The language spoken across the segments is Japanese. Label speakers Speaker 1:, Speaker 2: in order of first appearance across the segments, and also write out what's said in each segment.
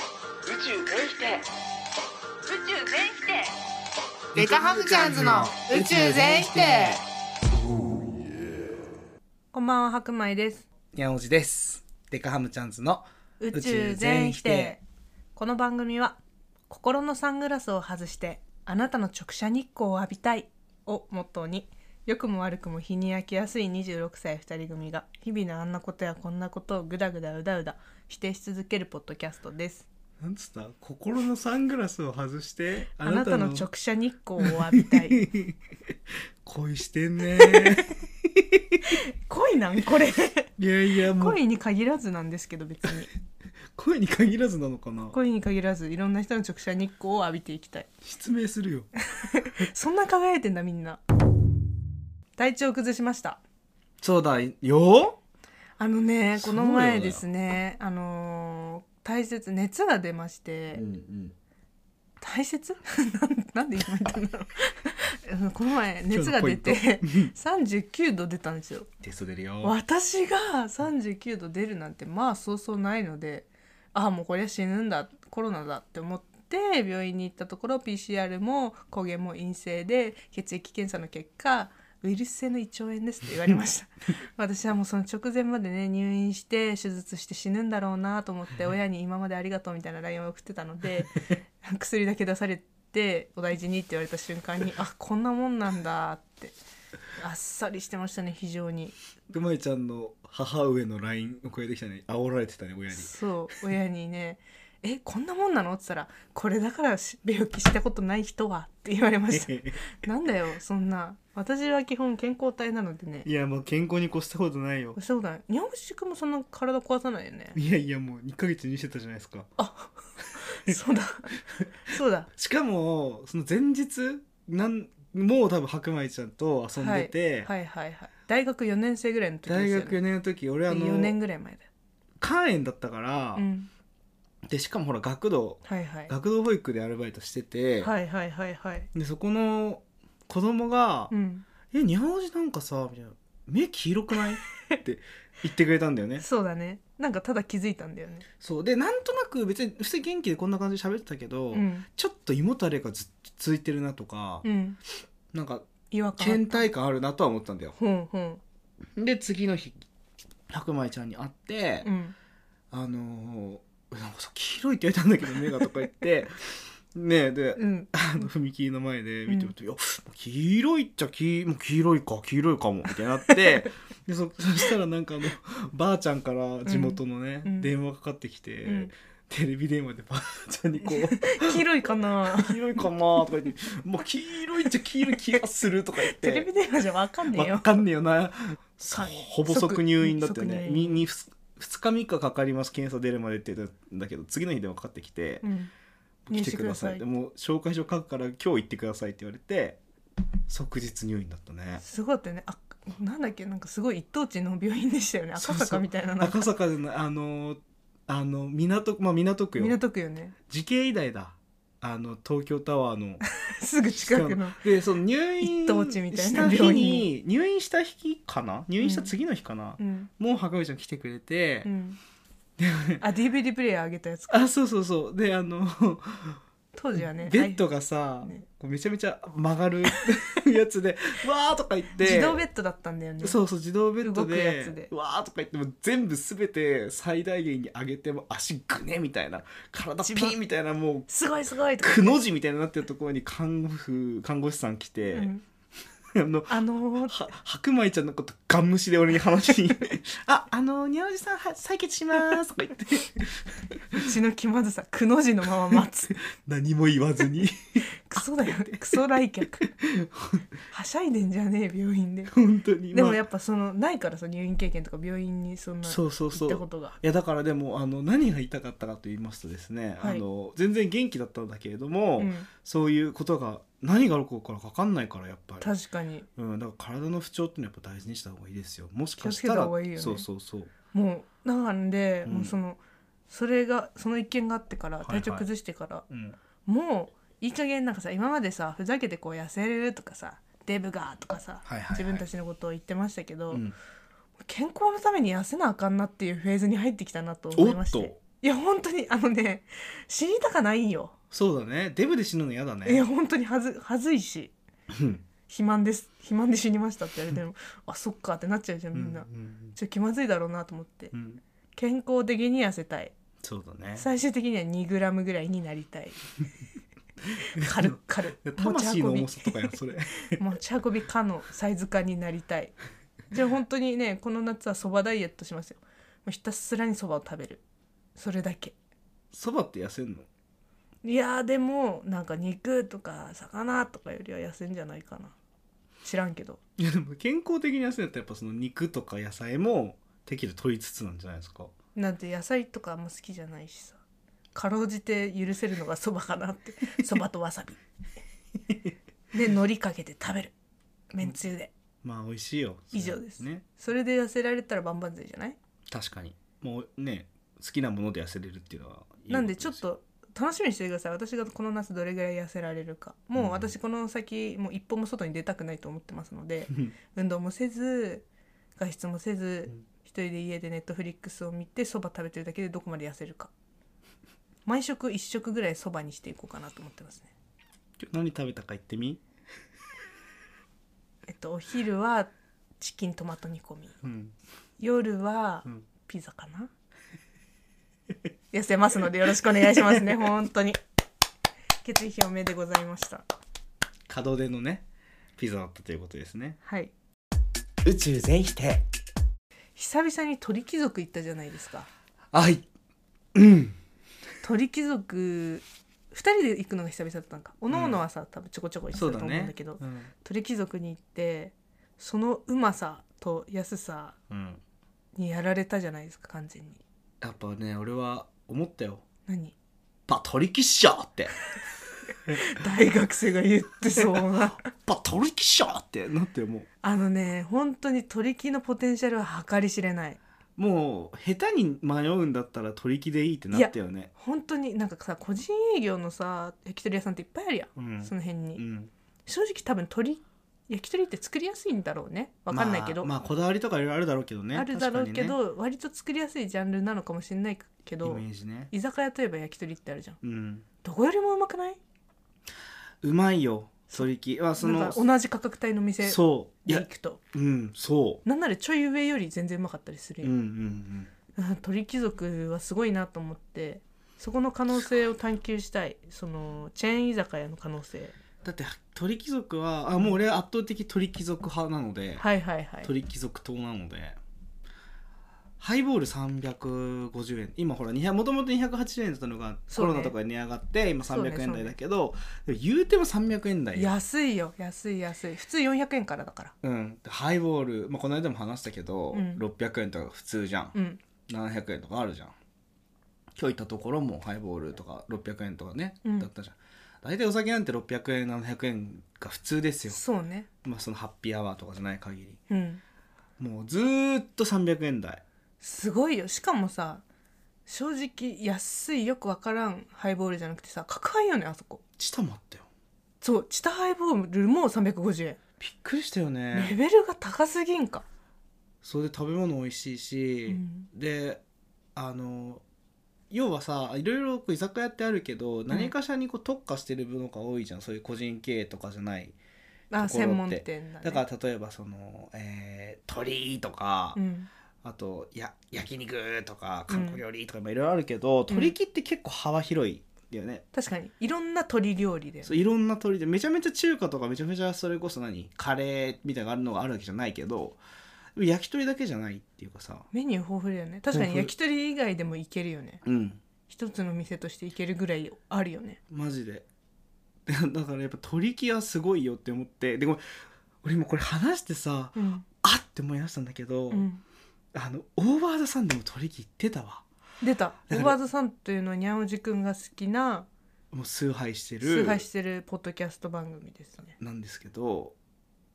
Speaker 1: 宙全否定宇宙全否定
Speaker 2: デカハムチャンズの宇宙全否定
Speaker 3: こんばんは白米です
Speaker 4: 宮本ですデカハムチャンズの
Speaker 3: 宇宙全否定この番組は心のサングラスを外してあなたの直射日光を浴びたいをモットーに良くも悪くも日に焼きやすい26歳2人組が日々のあんなことやこんなことをぐだぐだうだうだ否定し続けるポッドキャストです
Speaker 4: なんつった心のサングラスを外して
Speaker 3: あなたの直射日光を浴びたい
Speaker 4: 恋してん ね
Speaker 3: 恋なんこれ
Speaker 4: いやいやもう
Speaker 3: 恋に限らずなんですけど別に
Speaker 4: 恋に限らずなのかな
Speaker 3: 恋に限らずいろんな人の直射日光を浴びていきたい
Speaker 4: 失明するよ
Speaker 3: そんな輝いてんだみんな体調崩しました
Speaker 4: そうだよ
Speaker 3: あのね
Speaker 4: そ
Speaker 3: こ
Speaker 4: うよ
Speaker 3: の前ですねあのー大切熱が出まして、
Speaker 4: ん
Speaker 3: 大切 なんなんで今言ったんだろう あのこの前
Speaker 4: 今
Speaker 3: 熱
Speaker 4: 日
Speaker 3: が
Speaker 4: のポイ
Speaker 3: 出
Speaker 4: ント
Speaker 3: て39度出たんですよ
Speaker 4: テスト出るよ
Speaker 3: 私が39度出るなんてまあそうそうないのでああもうこりゃ死ぬんだコロナだって思って病院に行ったところ PCR も抗原も陰性で血液検査の結果ウイルス性の胃腸炎ですって言われました私はもうその直前までね入院して手術して死ぬんだろうなと思って親に今までありがとうみたいな LINE を送ってたので薬だけ出されてお大事にって言われた瞬間にあこんなもんなんだってあっさりしてましたね非常に。
Speaker 4: くまいちゃんの母上の LINE を超えてきたね煽られてたね親に
Speaker 3: そう親にね「えこんなもんなの?」って言ったら「これだからし病気したことない人は」って言われ ましたなんだよそんな私は基本健康体なのでね
Speaker 4: いやもう健康に越したことないよ
Speaker 3: そうだね日本酒君もそんな体壊さない よね
Speaker 4: いやいやもう2ヶ月にしてたじゃないですか
Speaker 3: そうだそうだ
Speaker 4: しかもその前日なんもう多分白米ちゃんと遊んでて、
Speaker 3: はいはいはい大学4年生ぐらいの時
Speaker 4: 大
Speaker 3: ですよ、ね、
Speaker 4: 学4年の時俺あの
Speaker 3: 4年ぐらい前だよ、
Speaker 4: 肝炎だったから、
Speaker 3: うん、
Speaker 4: でしかもほら学童
Speaker 3: はいはいは
Speaker 4: 学童保育でアルバイトしてて、
Speaker 3: いはいはいはい
Speaker 4: でそこの子供が「
Speaker 3: うん
Speaker 4: え日本人なんかさ」みたいな「目黄色くない?」って言ってくれたんだよ ね
Speaker 3: そうだねなんかただ気づいたんだよね
Speaker 4: そうでなんとなく別に普通に元気でこんな感じで喋ってたけど、
Speaker 3: うん
Speaker 4: ちょっと胃もたれがずっと続いてるなとか、
Speaker 3: うん
Speaker 4: なんか
Speaker 3: 違和感
Speaker 4: 倦怠感あるなとは思ったんだよ
Speaker 3: ほんほん
Speaker 4: で次の日白米ちゃんに会って、
Speaker 3: うん
Speaker 4: あのーなんかさ黄色いって言われたんだけど目がとか言って ねえで、
Speaker 3: うん
Speaker 4: あの踏切の前で見てると「いや黄色いっちゃ黄もう黄色いか黄色いかも」みたいになって でそそしたらなんかあのばあちゃんから地元のね、
Speaker 3: うん
Speaker 4: 電話かかってきて、
Speaker 3: うん
Speaker 4: テレビ電話でばあちゃんにこ う
Speaker 3: 黄色いかな
Speaker 4: 「黄色いかな」とか言って「もう黄色いっちゃ黄色い気がする」とか言っ
Speaker 3: テレ
Speaker 4: て
Speaker 3: ビ電話じゃわかんねえ
Speaker 4: わ
Speaker 3: よ。
Speaker 4: かんねえよなそう
Speaker 3: 即
Speaker 4: ほぼ即入院だってね
Speaker 3: 即入
Speaker 4: に
Speaker 3: 院
Speaker 4: にふつ2日3日かかります検査出るまでって言ったんだけど次の日電話かかってきて。
Speaker 3: うん、
Speaker 4: 来てくださ
Speaker 3: 入手くださ
Speaker 4: い
Speaker 3: い
Speaker 4: でもう紹介状書くから今日行ってくださいって言われて即日入院だったね
Speaker 3: すごかったよね。あ、なんだっけ、なんかすごい一等地の病院でしたよね。赤
Speaker 4: そうそ
Speaker 3: 坂
Speaker 4: う
Speaker 3: みたいな。なんか
Speaker 4: 赤坂じゃないあのあの港区まあ港区よ
Speaker 3: 港区よね。
Speaker 4: 時系医大だあの東京タワーの
Speaker 3: すぐ近くの。
Speaker 4: でその入院
Speaker 3: 一等地みたい
Speaker 4: した
Speaker 3: な
Speaker 4: 日
Speaker 3: 病
Speaker 4: に
Speaker 3: 院
Speaker 4: 入院した日かな入院した次の日かな
Speaker 3: う、ん。
Speaker 4: もう博美ちゃん来てくれて、
Speaker 3: うん。あ、DVD プレイヤーあげたやつか。
Speaker 4: あそうそうそうであの
Speaker 3: 当時はね。
Speaker 4: ベッドがさ、
Speaker 3: ね
Speaker 4: こうめちゃめちゃ曲がる やつで「わー」とか言っ
Speaker 3: あ
Speaker 4: て
Speaker 3: い自動ベッドだったんだよね。
Speaker 4: そうそう自動ベッド
Speaker 3: 動くや
Speaker 4: で
Speaker 3: つで
Speaker 4: わーとか言っても全部全て最大限に上げても足グネみたいな体ピンみたいなもう
Speaker 3: すごいすごいとか
Speaker 4: く。の字みたいになってるところに看護婦看護師さん来て、
Speaker 3: うん、
Speaker 4: あの
Speaker 3: あのー、
Speaker 4: は白米ちゃんのことガン無視で俺に話 に「ああのにゃおじさんは採血します」とか言って
Speaker 3: うちの気まずさ、くの字のまま待つ。
Speaker 4: 何も言わずに
Speaker 3: クソだよ。クソ 来客。はしゃいでんじゃねえ、病院で。
Speaker 4: 本当に
Speaker 3: でも
Speaker 4: まあ
Speaker 3: やっぱその、ないからさ、入院経験とか病院にそんな行
Speaker 4: そうそうそ
Speaker 3: ったこ
Speaker 4: う
Speaker 3: とが。
Speaker 4: いやだからでもあの何が言いたかったかと言いますとですね、
Speaker 3: はい
Speaker 4: あの全然元気だったんだけれども、
Speaker 3: うん
Speaker 4: そういうことが何が起こるか分かんないからやっぱり、
Speaker 3: 確かに
Speaker 4: うん、だから体の不調ってのはやっぱ大事にした方がいいですよもしかし
Speaker 3: 気をつけ
Speaker 4: た
Speaker 3: た
Speaker 4: ら
Speaker 3: 方がいいよね
Speaker 4: そうそうそう
Speaker 3: もうなんで、
Speaker 4: うん
Speaker 3: もうそのそれがその一件があってから
Speaker 4: いはい
Speaker 3: 体調崩してから、
Speaker 4: うん
Speaker 3: もういい加減なんかさ今までさふざけてこう痩せるとかさデブがとかさ、
Speaker 4: はいはいはい
Speaker 3: 自分たちのことを言ってましたけど、
Speaker 4: うん
Speaker 3: 健康のために痩せなあかんなっていうフェーズに入ってきたなと
Speaker 4: お
Speaker 3: 思いま
Speaker 4: っ
Speaker 3: し
Speaker 4: と
Speaker 3: ていや本当にあのね死にたかないんよ、
Speaker 4: そうだねデブで死ぬの嫌だ
Speaker 3: いや
Speaker 4: ね
Speaker 3: 本当にはずはずいし
Speaker 4: うん
Speaker 3: 肥満です肥満で死にましたって言われてもあそっかってなっちゃうじゃんみんな、
Speaker 4: うん
Speaker 3: ちょっと気まずいだろうなと思って
Speaker 4: うんうん
Speaker 3: 健康的に痩せたい
Speaker 4: そうだね
Speaker 3: 最終的には 2g ぐらいになり たい軽く軽く
Speaker 4: 魂の
Speaker 3: 持
Speaker 4: 重
Speaker 3: ち
Speaker 4: さとかやんそれ
Speaker 3: 運び持ち運び可のサイズ感になりたいじゃあ本当にねこの夏はそばダイエットしますよもうひたすらにそばを食べるそれだけ
Speaker 4: そばって痩せんの
Speaker 3: いやーでもなんか肉とか魚とかよりは痩せんじゃないかな知らんけど
Speaker 4: いやでも健康的に痩せるってやっぱその肉とか野菜も適度に取りつつなんじゃないですか
Speaker 3: なんて野菜とかあんま好きじゃないしさかろうじて許せるのがそばかなってそばとわさびで海苔かけて食べるめんつゆで
Speaker 4: まあ美味しいよ
Speaker 3: 以上です
Speaker 4: ね
Speaker 3: それで痩せられたら万々歳じゃない
Speaker 4: 確かにもうね好きなもので痩せれるっていうのはいい
Speaker 3: なんでちょ
Speaker 4: こ
Speaker 3: っ
Speaker 4: すよ
Speaker 3: と楽しみにしててください私がこの夏どれぐらい痩せられるかもう私この先もう一歩も外に出たくないと思ってますので運動もせず外出もせず、
Speaker 4: ん
Speaker 3: 一人で家でネットフリックスを見てそば食べてるだけでどこまで痩せるか毎食一食ぐらいそばにしていこうかなと思ってますね
Speaker 4: 今日何食べたか言ってみ
Speaker 3: えっとお昼はチキントマト煮込み
Speaker 4: うん
Speaker 3: 夜は
Speaker 4: ん
Speaker 3: ピザかな、痩せますのでよろしくお願いしますね本当に決意表明でございました
Speaker 4: 門出のねピザだったということですね
Speaker 3: はい
Speaker 4: 宇宙全否定
Speaker 3: 久々に鳥貴族行ったじゃないですか
Speaker 4: はい
Speaker 3: 鳥貴族2人で行くのが久々だったのかおのおのはさ、多分ちょこちょこ行って
Speaker 4: そ
Speaker 3: た
Speaker 4: う
Speaker 3: と
Speaker 4: だ
Speaker 3: 思うん
Speaker 4: ね
Speaker 3: だけど
Speaker 4: うん、
Speaker 3: 鳥貴族に行ってそのうまさと安さ
Speaker 4: うん
Speaker 3: にやられたじゃないですか完全に
Speaker 4: やっぱね俺は思ったよ
Speaker 3: 何
Speaker 4: バトリキッシャー って
Speaker 3: 大学生が言ってそう な
Speaker 4: バトリキッシャーってなってもう
Speaker 3: あのね本当に鳥貴のポテンシャルは計り知れない
Speaker 4: もう下手に迷うんだったら取り木でいいってなったよね。
Speaker 3: 本当になんかさ個人営業のさ焼き鳥屋さんっていっぱいあるや
Speaker 4: う
Speaker 3: ん、
Speaker 4: ん
Speaker 3: その辺に、
Speaker 4: うん、
Speaker 3: 正直多分鳥焼き鳥って作りやすいんだろうねわかんないけど、
Speaker 4: まあ、まあこだわりとかいろいろあるだろうけどね
Speaker 3: あるだろうけ
Speaker 4: 確か
Speaker 3: ど、割と作りやすいジャンルなのかもしれないけ
Speaker 4: にね
Speaker 3: ど
Speaker 4: イメージね、
Speaker 3: 居酒屋といえば焼き鳥ってあるじゃん
Speaker 4: うん、
Speaker 3: どこよりもうまくないう
Speaker 4: まいよ取り木はそ
Speaker 3: なん
Speaker 4: の
Speaker 3: か同じ価格帯の店で
Speaker 4: そういや
Speaker 3: 行くと
Speaker 4: うんそ
Speaker 3: なんならちょい上より全然うまかったりす
Speaker 4: う
Speaker 3: る
Speaker 4: うん
Speaker 3: よ、
Speaker 4: うんうん
Speaker 3: うん 鳥貴族はすごいなと思ってそこの可能性を探求したいそのチェーン居酒屋の可能性
Speaker 4: だって鳥貴族はあもう俺は圧倒的鳥貴族派なので、
Speaker 3: はいはいはい
Speaker 4: 鳥貴族党なのでハイボール350円今ほらもともと280円だったのが、
Speaker 3: そ
Speaker 4: コ
Speaker 3: うね
Speaker 4: ロナとかで値上がって今
Speaker 3: そうね
Speaker 4: 300円台だけど、でも言うても300円台よ
Speaker 3: 安いよ安い安い普通400円からだから
Speaker 4: うん、ハイボール、まあ、この間も話したけど、
Speaker 3: うん
Speaker 4: 600円とか普通じゃん、
Speaker 3: うん
Speaker 4: 700円とかあるじゃん今日行ったところもハイボールとか600円とかね、
Speaker 3: うん
Speaker 4: だったじゃん大体お酒なんて600円700円が普通ですよ、
Speaker 3: そうね
Speaker 4: まあ、そのハッピーアワーとかじゃない限り
Speaker 3: うん
Speaker 4: もうずーっと300円台
Speaker 3: すごいよしかもさ正直安いよくわからんハイボールじゃなくてさ角ハイよねあそこ
Speaker 4: 下もあったよ
Speaker 3: そうチタハイボールも350円
Speaker 4: びっくりしたよね
Speaker 3: レベルが高すぎんか
Speaker 4: それで食べ物美味しいし、
Speaker 3: うん
Speaker 4: であの要はさいろいろこう居酒屋ってあるけど何かしらにこう特化してるものが多いじゃん、そういう個人経営とかじゃない
Speaker 3: あ
Speaker 4: ところって
Speaker 3: 専門店だね
Speaker 4: だから例えばその、えー鳥とか、
Speaker 3: うん、
Speaker 4: あとや焼肉とか韓国料理とかまあいろいろあるけど、鳥切って結構幅広いんだよね、
Speaker 3: 確かにいろんな鳥料理で
Speaker 4: そういろんな鳥でめちゃめちゃ中華とかめちゃめちゃそれこそ何カレーみたいなのがあるのがあるわけじゃないけど焼き鳥だけじゃないっていうかさ
Speaker 3: メニュー豊富だよね確か
Speaker 4: 豊
Speaker 3: に
Speaker 4: 富
Speaker 3: 焼き鳥以外でもいけるよね
Speaker 4: うん
Speaker 3: 一つの店としていけるぐらいあるよね
Speaker 4: マジで だからやっぱ鳥木はすごいよって思ってでごめん俺今これ話してさ
Speaker 3: うん、
Speaker 4: あって思い出したんだけど、
Speaker 3: うん、
Speaker 4: あのオーバーザさんでも鳥木行ってたわ
Speaker 3: 出た
Speaker 4: だ
Speaker 3: お
Speaker 4: から
Speaker 3: ばあざさんというのはにゃおじくんが好きな
Speaker 4: もう崇拝して
Speaker 3: 崇
Speaker 4: る
Speaker 3: 拝してるポッドキャスト番組ですね
Speaker 4: なんですけど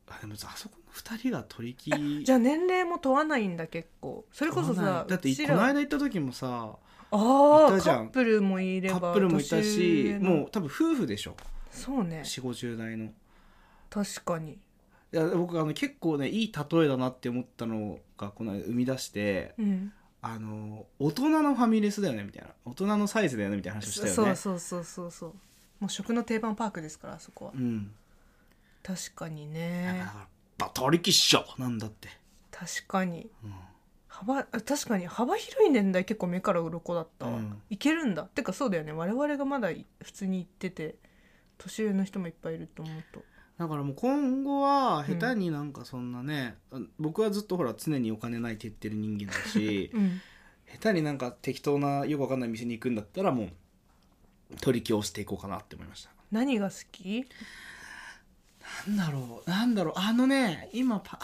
Speaker 4: あでもあそこの2人が鳥木
Speaker 3: じゃあ年齢も問わないんだ結構それこそ
Speaker 4: 合わな
Speaker 3: さ
Speaker 4: いだって
Speaker 3: う
Speaker 4: こ
Speaker 3: ちら
Speaker 4: の間行った時もさ
Speaker 3: あ
Speaker 4: いた
Speaker 3: あ
Speaker 4: じ
Speaker 3: カ
Speaker 4: ゃん
Speaker 3: ップルもいれ
Speaker 4: カ
Speaker 3: ば
Speaker 4: ップルもいた
Speaker 3: 年
Speaker 4: し
Speaker 3: 上の
Speaker 4: もう多分夫婦でしょ
Speaker 3: そうね
Speaker 4: 4 5 0代の。
Speaker 3: 確かに
Speaker 4: いや僕あの結構ねいい例えだなって思ったのがこの間生み出して
Speaker 3: うん
Speaker 4: あの大人のファミレスだよねみたいな大人のサイズだよねみたいな話をしたよね
Speaker 3: そうそうそうそうそうもう食の定番パークですからあそこは、
Speaker 4: うん
Speaker 3: 確かに
Speaker 4: だか
Speaker 3: ね
Speaker 4: らバトリキッショなんだって、
Speaker 3: 確かに
Speaker 4: うん
Speaker 3: 幅確かに幅広い年代結構目から鱗だったわ、
Speaker 4: うん
Speaker 3: いけるんだてかそうだよね我々がまだ普通に行ってて年上の人もいっぱいいると思うと
Speaker 4: だからもう今後は下手になんかそんなね、僕はずっとほら常にお金ないって言ってる人間だ し
Speaker 3: うん
Speaker 4: 下手になんか適当なよくわかんない店に行くんだったらもう取り気をしていこうかなって思いました
Speaker 3: 何が好き
Speaker 4: なんだろうなんだろうあのね今パ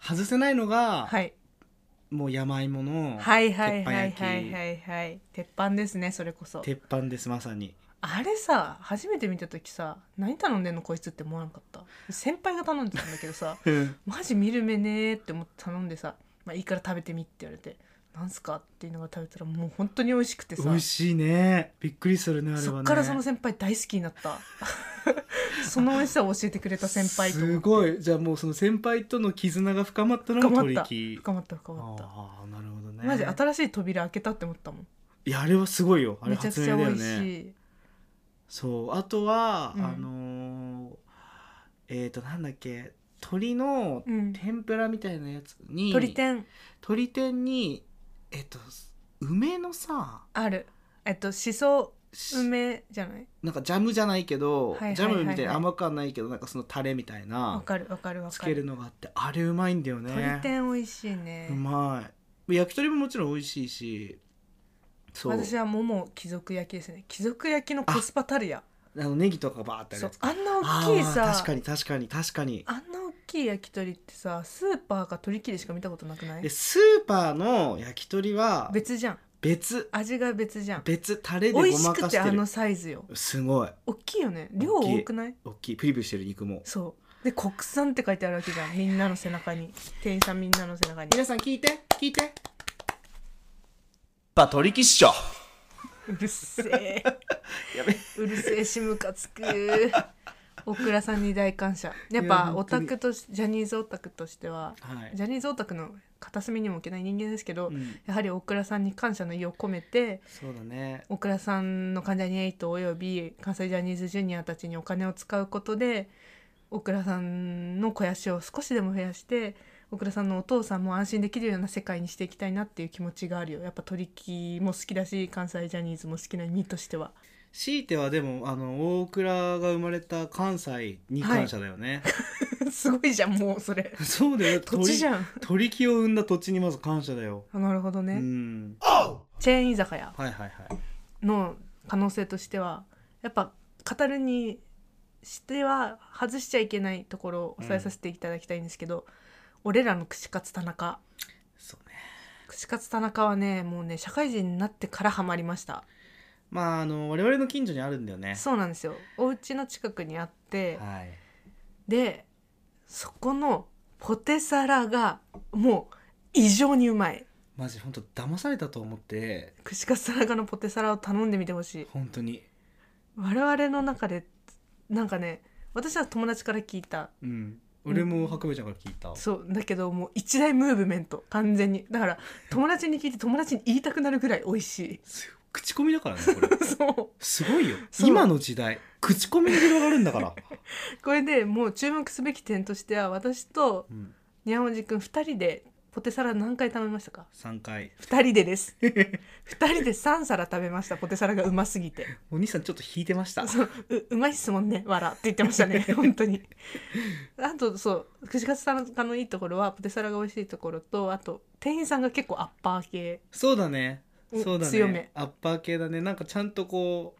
Speaker 4: 外せないのが、
Speaker 3: はい
Speaker 4: もう山芋の
Speaker 3: はいはいはい
Speaker 4: 鉄板
Speaker 3: はい
Speaker 4: 焼
Speaker 3: はいはい鉄板ですねそれこそ
Speaker 4: き鉄板ですまさに
Speaker 3: あれさ初めて見た時さ何頼んでんのこいつって思わなかった先輩が頼んでたんだけ どさマジ見る目ねーって思って頼んでさ「まあ、いいから食べてみ」って言われて「なんすか?」って言いながら食べたらもう本当に美味しくてさ
Speaker 4: 美味しいねびっくりするねあれはね
Speaker 3: そっからその先輩大好きになった その美味しさを教えてくれた先輩と
Speaker 4: すごいじゃあもうその先輩との絆が深まったの
Speaker 3: 深
Speaker 4: が
Speaker 3: ま
Speaker 4: 取り
Speaker 3: った
Speaker 4: 木
Speaker 3: 深まった深まった
Speaker 4: ああなるほどね
Speaker 3: マジ新しい扉開けたって思ったもん
Speaker 4: いやあれはすごいよあれ
Speaker 3: めちゃく
Speaker 4: 発
Speaker 3: ち
Speaker 4: 明だ
Speaker 3: ゃ美
Speaker 4: よ
Speaker 3: 味
Speaker 4: ね
Speaker 3: しい
Speaker 4: そうあとは、
Speaker 3: うん
Speaker 4: あのーえっ、となんだっけ鶏の
Speaker 3: うん
Speaker 4: 天ぷらみたいなやつに、
Speaker 3: 鳥天
Speaker 4: 鶏天にえっ、と梅のさ
Speaker 3: あるえっとしそ
Speaker 4: し
Speaker 3: 梅じゃない
Speaker 4: なんかジャムじゃないけど、
Speaker 3: はいはいはいはい
Speaker 4: ジャムみたいな甘くはないけどなんかそのタレみたい
Speaker 3: わ
Speaker 4: な
Speaker 3: かるわかるわ
Speaker 4: つ
Speaker 3: か
Speaker 4: け
Speaker 3: る
Speaker 4: るのがあってあれうまいんだよね
Speaker 3: 鶏天美味しいね
Speaker 4: うまい焼き鳥ももちろん美味しいしそう
Speaker 3: 私はもも貴族焼きですね貴族焼きのコスパたるや
Speaker 4: あのネギとかバーってある
Speaker 3: そ
Speaker 4: や
Speaker 3: う
Speaker 4: つ
Speaker 3: あんな
Speaker 4: あ
Speaker 3: 大きいさ
Speaker 4: ー確かに確かに確かに
Speaker 3: あんな大きい焼き鳥ってさスーパーか取り切りしか見たことなくない
Speaker 4: でスーパーの焼き鳥は
Speaker 3: 別じゃん
Speaker 4: 別
Speaker 3: 味が別じゃん
Speaker 4: 別タレで
Speaker 3: 美
Speaker 4: ご
Speaker 3: 味し
Speaker 4: まか
Speaker 3: く
Speaker 4: して
Speaker 3: てあ
Speaker 4: る
Speaker 3: のサイズよ
Speaker 4: すごい
Speaker 3: 大きいよね量多くない
Speaker 4: 大きいプリプリしてる肉も
Speaker 3: そうで国産って書いてあるわけじゃんみんなの背中に店員さんみんなの背中に
Speaker 4: 皆さん聞いて聞いてバトリキッショ
Speaker 3: うるせえ
Speaker 4: やべ
Speaker 3: うるせえしムカつ く大倉さんに大感謝やっ
Speaker 4: いや
Speaker 3: ぱオ
Speaker 4: 本当
Speaker 3: タ
Speaker 4: に
Speaker 3: クとしジャニーズオタクとしては
Speaker 4: はい
Speaker 3: ジャニーズオタクの片隅にも置けない人間ですけど、
Speaker 4: うん
Speaker 3: やはり大倉さんに感謝の意を込めて
Speaker 4: そうだね
Speaker 3: 大倉さんの関ジャニ∞および関西ジャニーズジュニアたちにお金を使うことで大倉さんの肥やしを少しでも増やして大倉さんのお父さんも安心できるような世界にしていきたいなっていう気持ちがあるよやっぱ取引も好きだし関西ジャニーズも好きな身としては
Speaker 4: 強いてはでもあの大倉が生まれた関西に感謝だよね、
Speaker 3: すごいじゃんもうそれ
Speaker 4: そうだよ
Speaker 3: 土地じ
Speaker 4: ん
Speaker 3: ゃん
Speaker 4: 鳥木を生んだ土地にまず感謝だよ、
Speaker 3: あなるほどね、
Speaker 4: うん
Speaker 3: チェーン居酒屋
Speaker 4: はいはいはい
Speaker 3: の可能性としてはやっぱ語るにしては外しちゃいけないところを抑えさせていただきたいんですけど、俺らの串カツ田中
Speaker 4: そうね
Speaker 3: 串カツ田中はねもうね社会人になってからハマりました
Speaker 4: まああの我々の近所にあるんだよね
Speaker 3: そうなんですよお家の近くにあって
Speaker 4: はい
Speaker 3: でそこのポテサラがもう異常にうまい
Speaker 4: マジ本当騙されたと思って
Speaker 3: 串カツ田中のポテサラを頼んでみてほしい
Speaker 4: 本当に
Speaker 3: 我々の中でなんかね私は友達から聞いた
Speaker 4: うん俺も白米ちゃんから聞いた、
Speaker 3: そうだけどもう一大ムーブメント完全にだから友達に聞いて友達に言いたくなるぐらい美味しい
Speaker 4: す口コミだからね これ
Speaker 3: そう
Speaker 4: すごいよ
Speaker 3: そう
Speaker 4: 今の時代口コミで広がるんだから、
Speaker 3: これでもう注目すべき点としては私 と
Speaker 4: うん、
Speaker 3: にゃんおじくん2人でポテサラ何回食べましたか
Speaker 4: 3回
Speaker 3: 2人でです2人で3皿食べましたポテサラがうますぎて
Speaker 4: お兄さんちょっと引いてました
Speaker 3: そうううまいっすもんねわらって言ってましたね本当にあとそう串カツ田中のいいところはポテサラが美味しいところとあと店員さんが結構アッパー系
Speaker 4: そうだねそうだね
Speaker 3: 強め
Speaker 4: アッパー系だねなんかちゃんとこ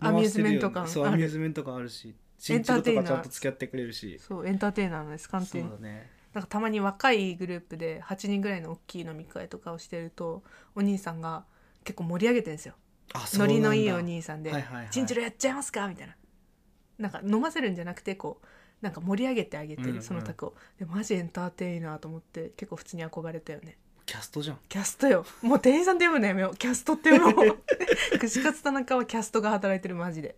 Speaker 4: う
Speaker 3: アミューズメント
Speaker 4: 回
Speaker 3: 感
Speaker 4: してるよねそう
Speaker 3: あ
Speaker 4: ア
Speaker 3: る
Speaker 4: ミューズメント感あるし
Speaker 3: エ
Speaker 4: 新
Speaker 3: ンタ
Speaker 4: 潮
Speaker 3: ーテ
Speaker 4: と
Speaker 3: イナ
Speaker 4: か
Speaker 3: ー
Speaker 4: ちゃんと付き合ってくれるし
Speaker 3: そうエンターテイナーなんです完
Speaker 4: そう
Speaker 3: 全に
Speaker 4: だね
Speaker 3: なんかたまに若いグループで8人ぐらいの大きい飲み会とかをしてるとお兄さんが結構盛り上げてるんですよ
Speaker 4: あ
Speaker 3: ノリのいいお
Speaker 4: ように
Speaker 3: 兄さんで
Speaker 4: はいはいはい
Speaker 3: 「チンチロやっちゃいますか?」みたいななんか飲ませるんじゃなくてこうなんか盛り上げてあげて
Speaker 4: うんうん
Speaker 3: るその卓を、でマジエンターテイナーと思って結構普通に憧れたよね
Speaker 4: キャストじゃん
Speaker 3: キャストよもう店員さんって呼ぶのやめようキャストって呼ぶの 串カツ田中はキャストが働いてるマジで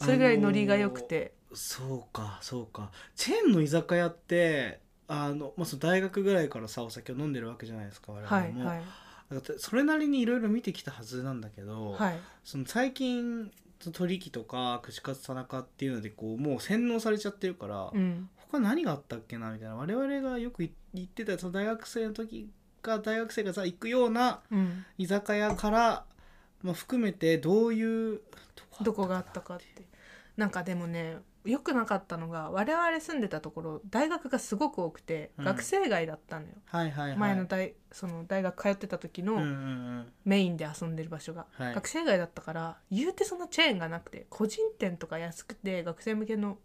Speaker 3: それぐらいノリが良くて、
Speaker 4: そうかそうかチェーンの居酒屋ってあの、まあ、その大学ぐらいからさお酒を飲んでるわけじゃないですか我々も、
Speaker 3: はいはい
Speaker 4: なんかそれなりにいろいろ見てきたはずなんだけど、
Speaker 3: はい
Speaker 4: その最近取引とか串カツ田中っていうのでこうもう洗脳されちゃってるから、
Speaker 3: うん
Speaker 4: 他何があったっけなみたいな我々がよくい行ってたその大学生の時が大学生がさ行くような
Speaker 3: うん
Speaker 4: 居酒屋から、まあ、含めてどういう
Speaker 3: どこがあったかってなんかでもね良くなかったのが我々住んでたところ大学がすごく多くて、
Speaker 4: うん
Speaker 3: 学生街だったのよ
Speaker 4: はいはいはい
Speaker 3: 前の大その大学通ってた時
Speaker 4: うんうんう
Speaker 3: の
Speaker 4: ん
Speaker 3: メインで遊んでる場所が、
Speaker 4: はい
Speaker 3: 学生街だったから言うてそんなチェーンがなくて個人店とか安くて学生向けの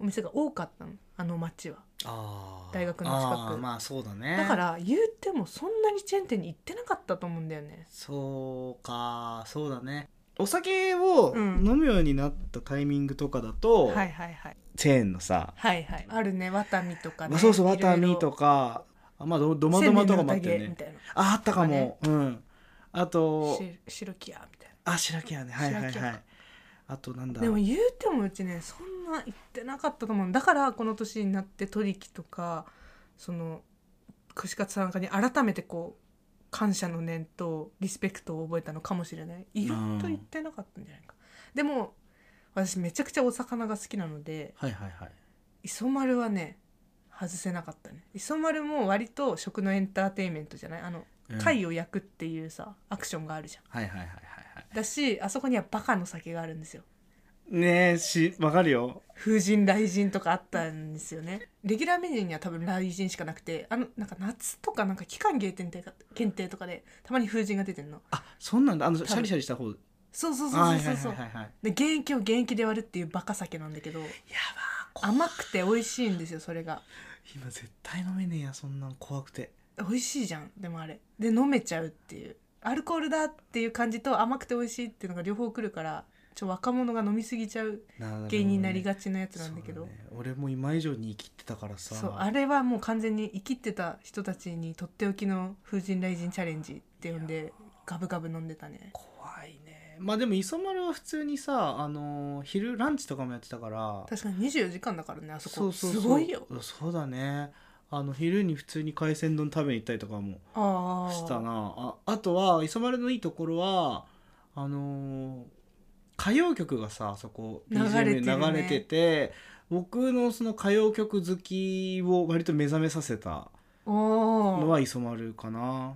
Speaker 3: お店が多かったのあの町は
Speaker 4: あー
Speaker 3: 大学の近く
Speaker 4: あーまあそうだね
Speaker 3: だから言うてもそんなにチェーン店に行ってなかったと思うんだよね
Speaker 4: そうかそうだねお酒を
Speaker 3: うん
Speaker 4: 飲むようになったタイミングとかだと、
Speaker 3: はいはいはい
Speaker 4: チェーンのさ、
Speaker 3: はいはいあるねワタミとか
Speaker 4: ま
Speaker 3: ね
Speaker 4: あ、そうそうワタミとかあまあどドマドマとかもあったよ
Speaker 3: 千年の宴み
Speaker 4: ね
Speaker 3: たいな
Speaker 4: ああったかも、
Speaker 3: ね
Speaker 4: うんあと
Speaker 3: し白木屋みたい
Speaker 4: あ白木屋ねはいはい
Speaker 3: 白
Speaker 4: は
Speaker 3: 木
Speaker 4: いあとなんだ
Speaker 3: なでも言うてもうちねそんな行ってなかったと思うだからこの年になって取引とかその串カツ田中に改めてこう感謝の念とリスペクトを覚えたのかもしれないいろと言ってなかったんじゃないかでも私めちゃくちゃお魚が好きなので
Speaker 4: はいはいはい
Speaker 3: 磯丸はね外せなかったね磯丸も割と食のエンターテインメントじゃないあの
Speaker 4: うん
Speaker 3: 貝を焼くっていうさアクションがあるじゃん
Speaker 4: はいはいはいはいはい
Speaker 3: だしあそこにはバカの酒があるんですよ
Speaker 4: ねえしわかるよ
Speaker 3: 風神雷神とかあったんですよねレギュラーメニューには多分雷神しかなくてあのなんか夏とかなんか期間限定とか限定とかでたまに風神が出てんの
Speaker 4: あそんなんだあのシ
Speaker 3: 分
Speaker 4: ャリシャリした方
Speaker 3: そうそうそう
Speaker 4: はい
Speaker 3: そ
Speaker 4: は
Speaker 3: う
Speaker 4: い
Speaker 3: そ
Speaker 4: は
Speaker 3: う
Speaker 4: いはいはい
Speaker 3: で原液を原液で割るっていうバカ酒なんだけど
Speaker 4: やばーこ
Speaker 3: 甘くて美味しいんですよそれが
Speaker 4: 今絶対飲めねえやそんなん怖くて
Speaker 3: 美味しいじゃんでもあれで飲めちゃうっていうアルコールだっていう感じと甘くて美味しいっていうのが両方来るからちょ若者が飲みすぎちゃう
Speaker 4: 原
Speaker 3: 原因になりがちなやつなんだけど
Speaker 4: 俺も今以上に生きてたからさ
Speaker 3: そうあれはもう完全に生きてた人たちにとっておきの風神雷神チャレンジって呼んでガブガブ飲んでたね
Speaker 4: 怖いねまあでも磯丸は普通にさあのー昼ランチとかもやってたから
Speaker 3: 確かに24時間だからねあそこ
Speaker 4: そうそうそう
Speaker 3: すごいよ
Speaker 4: そうだねあの昼に普通に海鮮丼食べに行ったりとかも
Speaker 3: あ
Speaker 4: した
Speaker 3: あ
Speaker 4: なああとは磯丸のいいところはあのー歌謡曲がさあそこ
Speaker 3: 流れて
Speaker 4: BGM
Speaker 3: るね
Speaker 4: で流れてて僕のその歌謡曲好きを割と目覚めさせた
Speaker 3: お
Speaker 4: の
Speaker 3: ー
Speaker 4: は磯丸かな、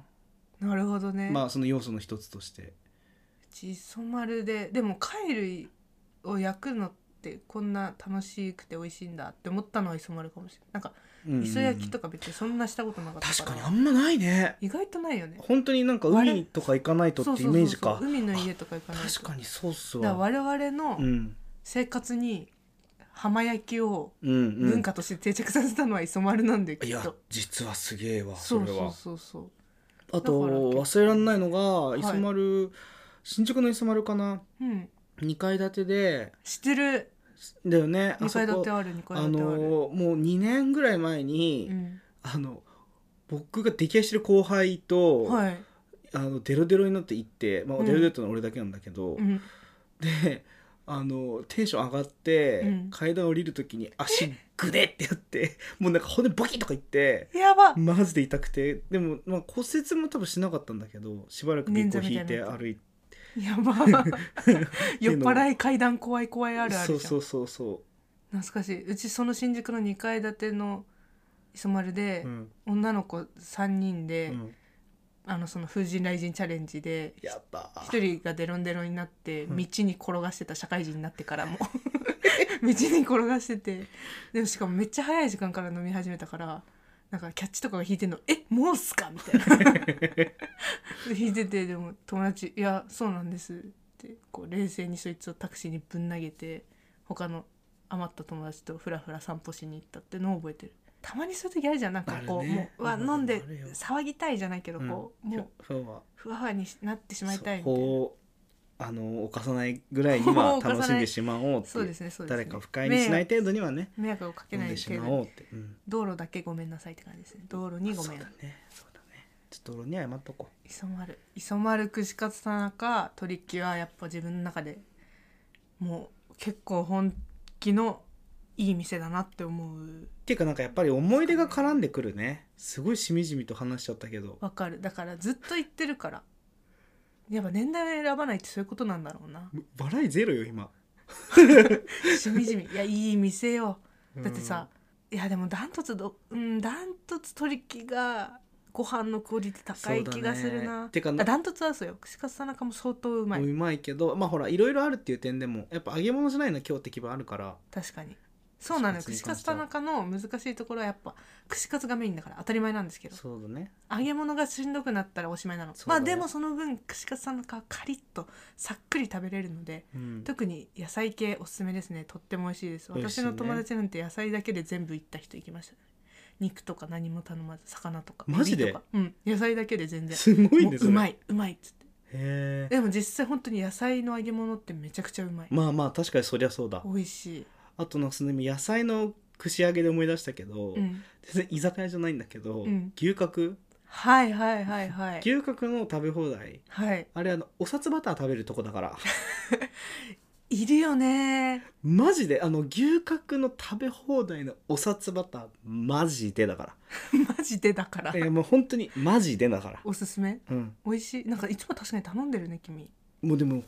Speaker 3: なるほどね、
Speaker 4: まあその要素の一つとして
Speaker 3: うち磯丸ででも貝類を焼くのってこんな楽しくて美味しいんだって思ったのは磯丸かもしれないなんか磯焼きと
Speaker 4: か
Speaker 3: か別にそんなしたことなかったから
Speaker 4: 確かにあんまないね
Speaker 3: 意外とないよね
Speaker 4: 本当になんか海とか行かないとってイメージか
Speaker 3: そうそうそう海の家とか行かないと
Speaker 4: 確かにそうっす
Speaker 3: だから
Speaker 4: わ
Speaker 3: 我々の、
Speaker 4: うん
Speaker 3: 生活に浜焼きを
Speaker 4: うんうん
Speaker 3: 文化として定着させたのは磯丸なんで
Speaker 4: い
Speaker 3: きっ
Speaker 4: や
Speaker 3: と、
Speaker 4: 実はすげえわそ
Speaker 3: そ
Speaker 4: うれ
Speaker 3: そう
Speaker 4: は
Speaker 3: そうそう
Speaker 4: あと
Speaker 3: だから結
Speaker 4: 忘れられないのが
Speaker 3: い
Speaker 4: 磯丸新宿の磯丸かな
Speaker 3: うん
Speaker 4: 2階建てで
Speaker 3: 知ってる
Speaker 4: だよねあ
Speaker 3: 二
Speaker 4: そ
Speaker 3: 階建
Speaker 4: こ
Speaker 3: てある二階
Speaker 4: あ
Speaker 3: 建てある、
Speaker 4: のもう2年ぐらい前
Speaker 3: う
Speaker 4: に
Speaker 3: ん、
Speaker 4: あの僕が出来合いしてる後輩と
Speaker 3: はい、
Speaker 4: あのデロデロになって行ってまあ
Speaker 3: うん
Speaker 4: デロデロってのは俺だけなんだけど
Speaker 3: うん、
Speaker 4: であのテンション上がって、
Speaker 3: うん
Speaker 4: 階段降りる時に足グネってやってもうなんか骨ボキッとかいって
Speaker 3: やば
Speaker 4: マジで痛くてでも、まあ、骨折も多分しなかったんだけどしばらく猫引いて
Speaker 3: 捻挫みたいなやつ
Speaker 4: 歩いて
Speaker 3: やば 酔っ払い階段怖い怖いあるあ
Speaker 4: そう
Speaker 3: るじゃ
Speaker 4: んそうそうそ
Speaker 3: 懐かしいうちその新宿の二階建ての磯丸で
Speaker 4: う、、うん
Speaker 3: 女の子三人で、
Speaker 4: うん、
Speaker 3: あのその風神雷神チャレンジで
Speaker 4: やったー
Speaker 3: 一人がデロンデロンになって
Speaker 4: う
Speaker 3: 道
Speaker 4: ん
Speaker 3: に転がしてた社会人になってからも 道に転がしててでもしかもめっちゃ早い時間から飲み始めたからなんかキャッチとかが弾いてんの「えもうっすか?」みたいな 弾いててでも友達「いやそうなんです」ってこう冷静にそいつをタクシーにぶん投げて他の余った友達とふらふら散歩しに行ったってのを覚えてるたまにそういう時あるじゃんなんか
Speaker 4: あ
Speaker 3: こう,、
Speaker 4: るね
Speaker 3: もううわ
Speaker 4: うん
Speaker 3: 飲んで
Speaker 4: あるよ
Speaker 3: 騒ぎたいじゃないけどこう、もう
Speaker 4: ふわふわ
Speaker 3: ふわふわになってしまいたいみ
Speaker 4: そ
Speaker 3: たいな。
Speaker 4: こをあの 犯さないぐらいには
Speaker 3: 犯さない
Speaker 4: 楽しんでしまおうって
Speaker 3: そう
Speaker 4: いう
Speaker 3: ですね、そうですね。
Speaker 4: 誰かを不快にしない程度にはね
Speaker 3: 迷惑迷惑をかけ
Speaker 4: 飲
Speaker 3: なんい
Speaker 4: でし
Speaker 3: 程
Speaker 4: ま
Speaker 3: 度
Speaker 4: おう
Speaker 3: に
Speaker 4: って、うん、
Speaker 3: 道路だけごめんなさいって感じですね。道路にご
Speaker 4: そう
Speaker 3: め
Speaker 4: だ
Speaker 3: ん
Speaker 4: ね。そうだねちょっと俺には謝っとこう
Speaker 3: 磯丸、磯丸串カツ田中トリッキーはやっぱ自分の中でもう結構本気のいい店だなって思う
Speaker 4: ていうかなんかやっぱり思い出が絡んでくるねすごいしみじみと話しちゃったけど
Speaker 3: わかるだからずっと行ってるからやっぱ年代を選ばないってそういうことなんだろうな
Speaker 4: 笑いゼロよ今
Speaker 3: しみ じみいやいい店よだってさ、いやでもダントツどうんダントツ取り木がご飯のクオリティ高い気がする
Speaker 4: そうだ
Speaker 3: な、
Speaker 4: ねてか
Speaker 3: あダントツはそうよ串カツ田中も相当うまい、
Speaker 4: うまいけどまあほらいろいろあるっていう点でもやっぱ揚げ物じゃないの今日って基盤あるから
Speaker 3: 確かにそうなのよ
Speaker 4: 串
Speaker 3: 串
Speaker 4: カ
Speaker 3: カ
Speaker 4: ツに関し
Speaker 3: ツ
Speaker 4: ては
Speaker 3: 田中の難しいところはやっぱ串カツがメインだから当たり前なんですけど
Speaker 4: そうだね
Speaker 3: 揚げ物がしんどくなったらおしまいなの、
Speaker 4: そう
Speaker 3: ま
Speaker 4: だ
Speaker 3: あ
Speaker 4: ね
Speaker 3: でもその分串カツ田中はカリッとさっくり食べれるので
Speaker 4: うん
Speaker 3: 特に野菜系おすすめですねとっても美味しいです
Speaker 4: 美味しい
Speaker 3: 私
Speaker 4: ね
Speaker 3: の友達なんて野菜だけで全部行った人行きましたね肉とか何も頼まず魚とか
Speaker 4: マジで
Speaker 3: エビとかうん野菜だけで全然
Speaker 4: すごい
Speaker 3: も
Speaker 4: ね
Speaker 3: う
Speaker 4: それ
Speaker 3: うまいうまいっつって
Speaker 4: へえ
Speaker 3: でも実際本当に野菜の揚げ物ってめちゃくちゃうまい
Speaker 4: まあまあ確かにそりゃそうだ
Speaker 3: 美味しい、
Speaker 4: あとなんかその野菜の串揚げで思い出したけど、
Speaker 3: うん、
Speaker 4: 全然居酒屋じゃないんだけど、
Speaker 3: うん
Speaker 4: 牛角
Speaker 3: はいはいはいはい
Speaker 4: 牛角の食べ放題
Speaker 3: はい
Speaker 4: あれあのお札バター食べるとこだから
Speaker 3: いるよね
Speaker 4: マジであの牛角の食べ放題のお札バターマジでだか
Speaker 3: マジでだ から
Speaker 4: らいやもう本当にマジでだから
Speaker 3: おすすめ
Speaker 4: うん
Speaker 3: 美味しいなんかいつも確かに頼んでるね君
Speaker 4: もうでも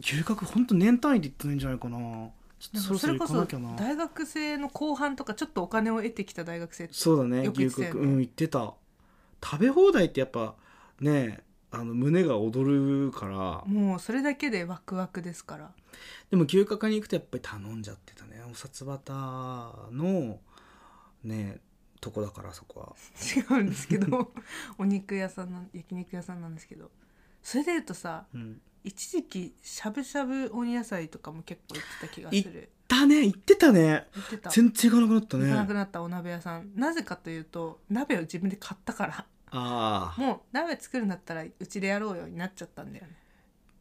Speaker 4: 牛角ほんと年単位でいってないんじゃないかなちょ
Speaker 3: な
Speaker 4: っと
Speaker 3: ん
Speaker 4: そ
Speaker 3: か
Speaker 4: ろ
Speaker 3: そ
Speaker 4: そろ
Speaker 3: れ
Speaker 4: 行
Speaker 3: こ
Speaker 4: か
Speaker 3: そ
Speaker 4: なきゃな
Speaker 3: 大学生の後半とかちょっとお金を得てきた大学生って
Speaker 4: そうだね
Speaker 3: よく言
Speaker 4: 牛
Speaker 3: ってた
Speaker 4: 角
Speaker 3: よね
Speaker 4: うん行ってた食べ放題ってやっぱねあの胸が躍るから
Speaker 3: もうそれだけでワクワクですから
Speaker 4: でも牛角に行くとやっぱり頼んじゃってたねお札バターのねとこだからそこは
Speaker 3: 違うんです けどお肉屋さんなん焼肉屋さんなんですけどそれで言うとさ
Speaker 4: うん
Speaker 3: 一時期しゃぶしゃぶ温野菜とかも結構行ってた気がする
Speaker 4: だね行ってたね
Speaker 3: 行ってた
Speaker 4: 全然行かなくなった
Speaker 3: 行かなく
Speaker 4: ね
Speaker 3: なったお鍋屋さんなぜかというと鍋を自分で買ったから
Speaker 4: ああ
Speaker 3: もう鍋作るんだったらうちでやろうよになっちゃったんだよね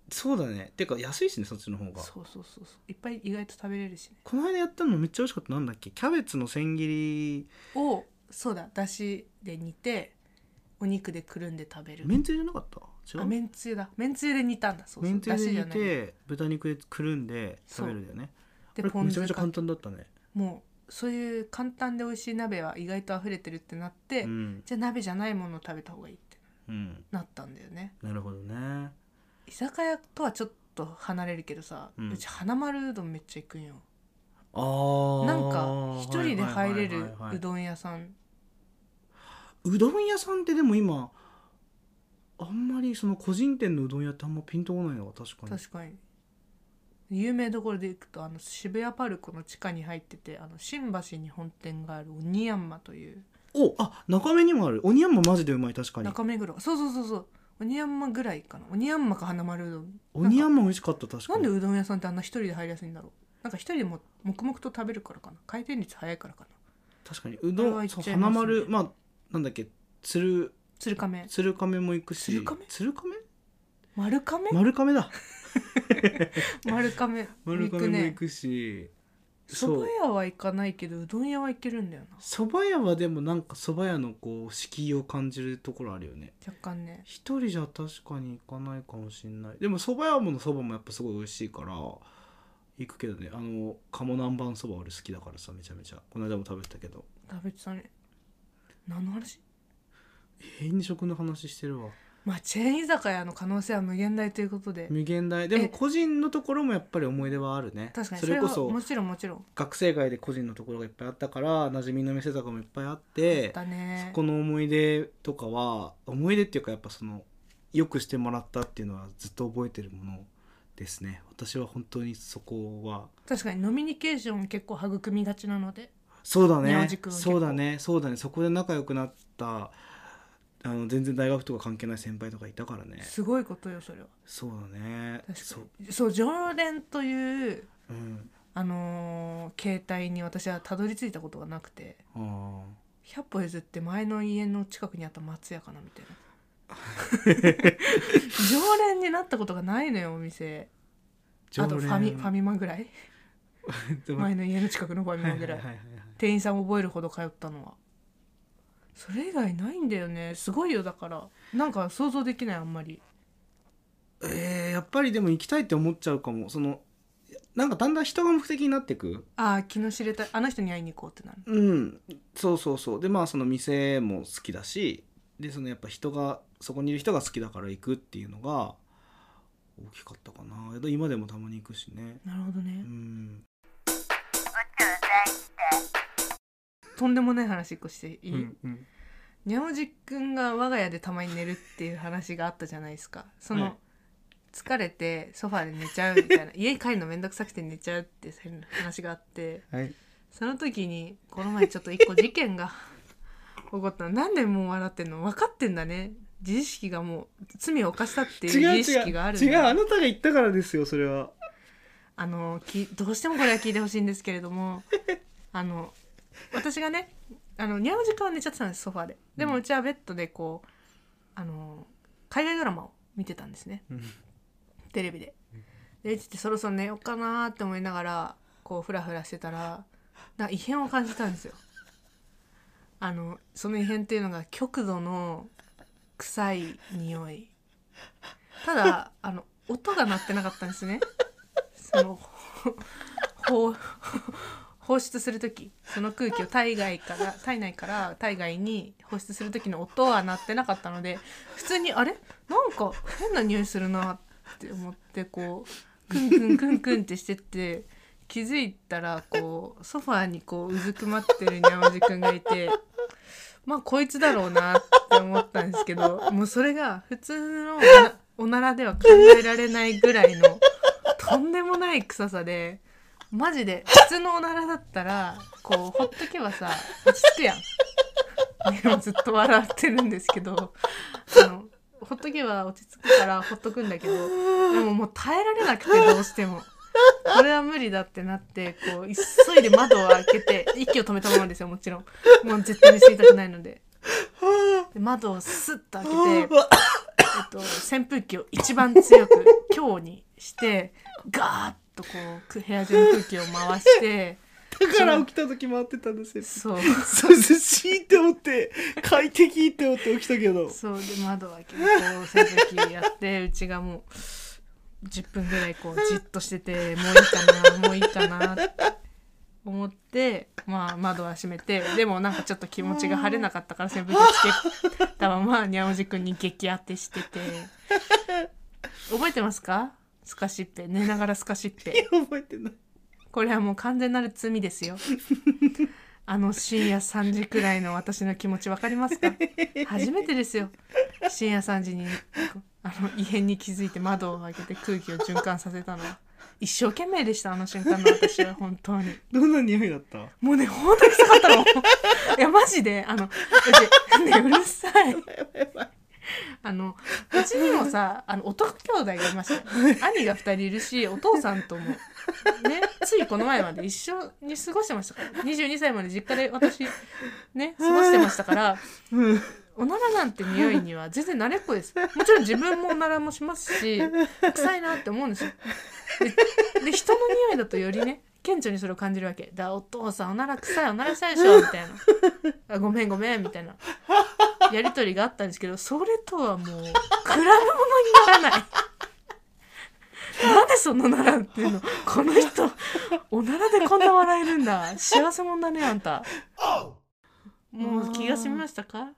Speaker 4: そうだねてか安いしねそっちの方が
Speaker 3: そうそうそうそういっぱい意外と食べれるしね
Speaker 4: この間やったのめっちゃ美味しかったなんだっけキャベツの千切り
Speaker 3: をそうだだしで煮てお肉でくるんで食べる
Speaker 4: めんつゆじゃなかった違
Speaker 3: あ
Speaker 4: う
Speaker 3: めんつゆだめんつゆで煮たんだそう
Speaker 4: め
Speaker 3: そうん
Speaker 4: つゆ
Speaker 3: だしじ
Speaker 4: で
Speaker 3: ゃ
Speaker 4: 煮
Speaker 3: ない
Speaker 4: て豚肉でくるんで食べるんだよね
Speaker 3: で
Speaker 4: あれ
Speaker 3: ポ
Speaker 4: め
Speaker 3: ン
Speaker 4: ちゃめ
Speaker 3: 酢
Speaker 4: ちゃ
Speaker 3: か
Speaker 4: 簡単だったね
Speaker 3: もうそういう簡単で美味しい鍋は意外と溢れてるってなって、
Speaker 4: うん
Speaker 3: じゃあ鍋じゃないものを食べた方がいいって
Speaker 4: うん
Speaker 3: なったんだよね
Speaker 4: なるほどね
Speaker 3: 居酒屋とはちょっと離れるけどさ、
Speaker 4: う
Speaker 3: うんち花丸うどんめっちゃ行くんよ
Speaker 4: あー
Speaker 3: なんか一人で入れ
Speaker 4: はいは
Speaker 3: る
Speaker 4: いはいはいう
Speaker 3: どん屋さん、
Speaker 4: うどん屋さんってでも今あんまりその個人店のうどん屋ってあんまピンとこないのは確かに
Speaker 3: 確かに有名どころで行くとあの渋谷パルコの地下に入っててあの新橋に本店があるオニヤンマという
Speaker 4: おあ中目にもある鬼ヤンママジでうまい確かに
Speaker 3: 中目黒そうそうそうそうオニヤンマぐらいかなオニヤンマか花丸うどん
Speaker 4: 鬼ヤンマ美味しかった確
Speaker 3: な
Speaker 4: か
Speaker 3: んで
Speaker 4: に
Speaker 3: うどん屋さんってあんな一人で入りやすいんだろうなんか一人でも黙々と食べるからかな回転率早いからかな
Speaker 4: 確かにう
Speaker 3: これ
Speaker 4: ど
Speaker 3: は
Speaker 4: ん
Speaker 3: 行
Speaker 4: そ
Speaker 3: っ
Speaker 4: う
Speaker 3: ちゃいま
Speaker 4: 花
Speaker 3: すね
Speaker 4: 丸まあなんだっけ鶴
Speaker 3: 鶴亀
Speaker 4: 鶴亀も行くし
Speaker 3: 鶴亀
Speaker 4: 鶴亀
Speaker 3: 丸亀
Speaker 4: 丸亀だ
Speaker 3: 丸亀
Speaker 4: 丸
Speaker 3: 行く
Speaker 4: 亀も行
Speaker 3: ね
Speaker 4: くし
Speaker 3: そ
Speaker 4: そう
Speaker 3: ば屋は行かないけどうどん屋は行けるんだよな
Speaker 4: 蕎麦屋はでもなんか蕎麦屋のこう敷居を感じるところあるよね
Speaker 3: 若干ね
Speaker 4: 一人じゃ確かに行かないかもしんないでも蕎麦屋もの蕎麦もやっぱすごい美味しいから行くけどねあの鴨南蛮蕎麦俺好きだからさめちゃめちゃこの間も食べてたけど
Speaker 3: 食べてたね何の話
Speaker 4: 永遠に食の話してるわ
Speaker 3: まあチェーン居酒屋の可能性は無限大ということで
Speaker 4: 無限大でも
Speaker 3: え
Speaker 4: 個人のところもやっぱり思い出はあるね
Speaker 3: 確かに
Speaker 4: そ
Speaker 3: そ
Speaker 4: れ
Speaker 3: れ
Speaker 4: こ
Speaker 3: は
Speaker 4: そ
Speaker 3: もちろんもちろん
Speaker 4: 学生街で個人のところがいっぱいあったから馴染みの店とかもいっぱいあって
Speaker 3: だ
Speaker 4: そ
Speaker 3: ね
Speaker 4: この思い出とかは思い出っていうかやっぱそのよくしてもらったっていうのはずっと覚えてるものですね私は本当にそこは
Speaker 3: 確かにノミニケーション結構育みがちなので
Speaker 4: そうだ
Speaker 3: 宮
Speaker 4: ね
Speaker 3: 内くんは結構
Speaker 4: そうだねそうだねそこで仲良くなったあの全然大学とか関係ない先輩とかいたからね
Speaker 3: すごいことよそれは
Speaker 4: そうだね
Speaker 3: 確
Speaker 4: そ
Speaker 3: か
Speaker 4: う、
Speaker 3: にそう常連という
Speaker 4: うん、
Speaker 3: あのー携帯に私はたどり着いたことがなくて
Speaker 4: あ
Speaker 3: 100歩譲って前の家の近くにあった松屋かなみたい な常連になったことがないのよお店
Speaker 4: ー
Speaker 3: あとファミファ
Speaker 4: ミ
Speaker 3: ミマぐらい
Speaker 4: でも
Speaker 3: 前の家の近くのファミ
Speaker 4: はいは
Speaker 3: マ
Speaker 4: い
Speaker 3: ぐ
Speaker 4: はい
Speaker 3: ら
Speaker 4: はいいはい
Speaker 3: 店員さん覚えるほど通ったのはそれ以外ないんだよねすごいよだからなんか想像できないあんまり
Speaker 4: えーやっぱりでも行きたいって思っちゃうかもそのなんかだんだん人が目的になっていく
Speaker 3: ああ気の知れたあの人に会いに行こうってなる
Speaker 4: うんそうそうそうでまあその店も好きだしでそのやっぱ人がそこにいる人が好きだから行くっていうのが大きかったかなで今でもたまに行くしね
Speaker 3: なるほど
Speaker 4: う
Speaker 3: ね
Speaker 4: ん
Speaker 3: とんでもない話一個していい、
Speaker 4: うんうん
Speaker 3: にゃおじくんが我が家でたまに寝るっていう話があったじゃないですかその、
Speaker 4: はい
Speaker 3: 疲れてソファーで寝ちゃうみたいな家に帰るのめんどくさくて寝ちゃうっていう話があって
Speaker 4: はい
Speaker 3: その時にこの前ちょっと一個事件が起こったのなんでもう笑ってんの分かってんだね自意識がもう罪を犯したっていう
Speaker 4: 違う
Speaker 3: 自意
Speaker 4: 違う
Speaker 3: 識があるんだ
Speaker 4: 違うあなたが言ったからですよそれは
Speaker 3: あのきどうしてもこれは聞いてほしいんですけれどもあの私がねあのにゃお時間は寝ちゃってたんですソファーででもうちはベッドでこうあの海外ドラマを見てたんですねテレビで。でちょっとそろそろ寝ようかなーって思いながらこうフラフラしてたらなんか異変を感じたんですよ。あのその異変っていうのが極度の臭い匂いただあの音が鳴ってなかったんですねそのほほ放出する時その空気を体外から体内から体外に放出する時の音は鳴ってなかったので普通にあれなんか変な匂いするなって思ってこうクンクンクンクンってしてって気づいたらこうソファーにこううずくまってるにゃおじくんがいてまあこいつだろうなって思ったんですけどもうそれが普通のおなおならでは考えられないぐらいのとんでもない臭さでマジで普通のおならだったらこうほっとけばさ落ち着くやん。でもずっと笑ってるんですけどあのほっとけば落ち着くからほっとくんだけどでももう耐えられなくてどうしても。これは無理だってなってこう急いで窓を開けて息を止めたままですよもちろんもう絶対に吸いたくないのでで窓をスッと開けて、えっと、扇風機を一番強く強にしてガーッとこうく部屋中の空気を回して
Speaker 4: だから起きた時回ってたんですよ
Speaker 3: そう
Speaker 4: そう涼しいって思って快適って思って起きたけど
Speaker 3: そうで窓を開けてこう扇風機やってうちがもう10分ぐらいこうじっとしててもういいかなもういいかなって思ってまあ窓は閉めてでもなんかちょっと気持ちが晴れなかったから扇風機つけたままにゃおじくんに激当てしてて覚えてますかスカシッペ寝ながらスカシッペ
Speaker 4: 覚えてない
Speaker 3: これはもう完全なる罪ですよあの深夜3時くらいの私の気持ちわかりますか初めてですよ深夜3時にあの異変に気づいて窓を開けて空気を循環させたのは一生懸命でしたあの瞬間の私は本当に
Speaker 4: どんな匂いだ った
Speaker 3: もうね本当に臭かったのいやマジであのうちねうるさいあのうちにもさあの男兄弟がいましたよ兄が2人いるしお父さんともねついこの前まで一緒に過ごしてましたから22歳まで実家で私ね過ごしてましたから
Speaker 4: うん
Speaker 3: おならなんて匂いには全然慣れっこですもちろん自分もおならもしますし臭いなって思うんですよでで人の匂いだとよりね顕著にそれを感じるわけだお父さんおなら臭いおなら臭いでしょみたいなあごめんごめんみたいなやり取りがあったんですけどそれとはもう比べ物にならないなんでそんなならんっていうのこの人おならでこんな笑えるんだ幸せもんだねあんたもう気が済みましたか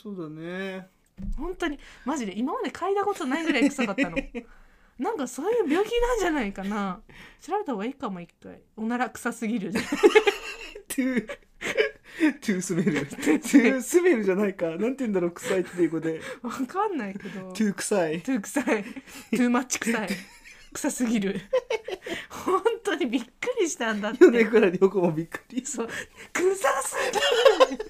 Speaker 4: そうだね
Speaker 3: 本当にマジで今まで嗅いだことないぐらい臭かったのなんかそういう病気なんじゃないかな調べた方がいいかも一回おなら臭すぎる
Speaker 4: トゥートゥースメルトゥースメルじゃないかなんて言うんだろう臭いっていう語で
Speaker 3: わかんないけど
Speaker 4: トゥー臭い
Speaker 3: トゥー臭いトゥーマッチ臭い臭すぎる本当にびっくりしたんだって
Speaker 4: 4年くらいで横もびっくり
Speaker 3: そう臭すぎる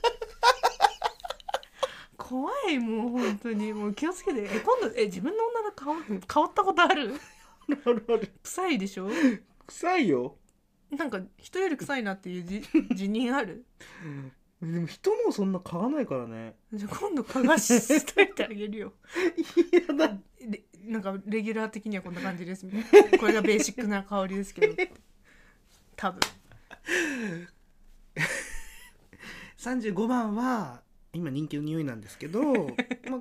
Speaker 3: 怖いもう本当にもう気をつけてえ今度え自分のおなら香香ったことある
Speaker 4: あるある
Speaker 3: 臭いでしょ
Speaker 4: 臭いよ
Speaker 3: なんか人より臭いなっていうじ自認ある
Speaker 4: でも人もそんな嗅がないからね
Speaker 3: じゃあ今度嗅がしといてあげるよ
Speaker 4: いやだ
Speaker 3: でなんかレギュラー的にはこんな感じですみたいなこれがベーシックな香りですけど多分
Speaker 4: 35番は今人気の匂いなんですけ ど、まあ、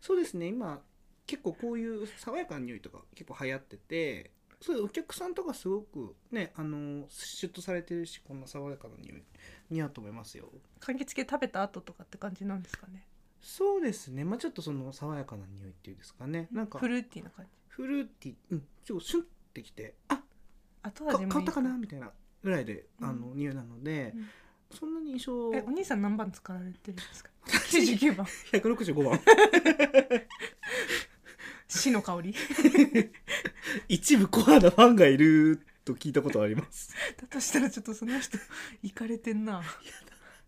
Speaker 4: そうですね今結構こういう爽やかな匂いとか結構流行っててそうお客さんとかすごくねあのシュッとされてるしこんな爽やかな匂い似合うと思いますよ
Speaker 3: 柑橘系食べた後とかって感じなんですかね
Speaker 4: そうですねまあちょっとその爽やかな匂いっていうんですかねなんか
Speaker 3: フルーティーな感じ
Speaker 4: フルーティーうんちょっとシュンってきてあ
Speaker 3: 後
Speaker 4: か
Speaker 3: 味も
Speaker 4: 変
Speaker 3: いい
Speaker 4: わったかなみたいなぐらいで、あの匂いなので、
Speaker 3: うん
Speaker 4: そんなに印象
Speaker 3: えお兄さん何番使われてるんですか
Speaker 4: 私
Speaker 3: 99番
Speaker 4: 165番
Speaker 3: 死の香り
Speaker 4: 一部コアなファンがいると聞いたことあります
Speaker 3: だとしたらちょっとその人いかれてんな